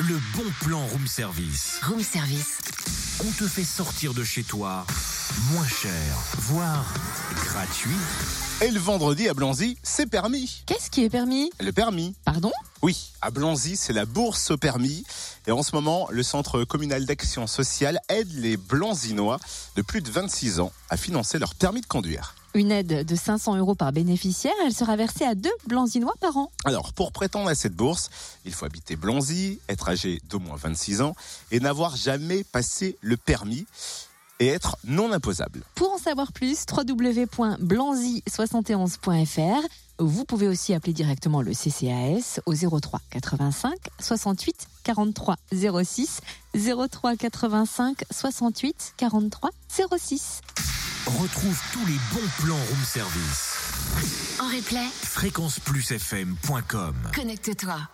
Le bon plan room service. Room service. On te fait sortir de chez toi moins cher, voire gratuit. Et le vendredi à Blanzy, c'est permis. Qu'est-ce qui est permis Le permis. Pardon Oui, à Blanzy, c'est la bourse au permis. Et en ce moment, le Centre communal d'action sociale aide les Blanzinois de plus de 26 ans à financer leur permis de conduire. Une aide de 500 euros par bénéficiaire, elle sera versée à deux blanzinois par an. Alors, pour prétendre à cette bourse, il faut habiter Blanzy, être âgé d'au moins 26 ans et n'avoir jamais passé le permis et être non imposable. Pour en savoir plus, www.blanzy71.fr. Vous pouvez aussi appeler directement le CCAS au 03 85 68 43 06 03 85 68 43 06. Retrouve tous les bons plans room service. En replay, fréquenceplusfm.com connecte-toi.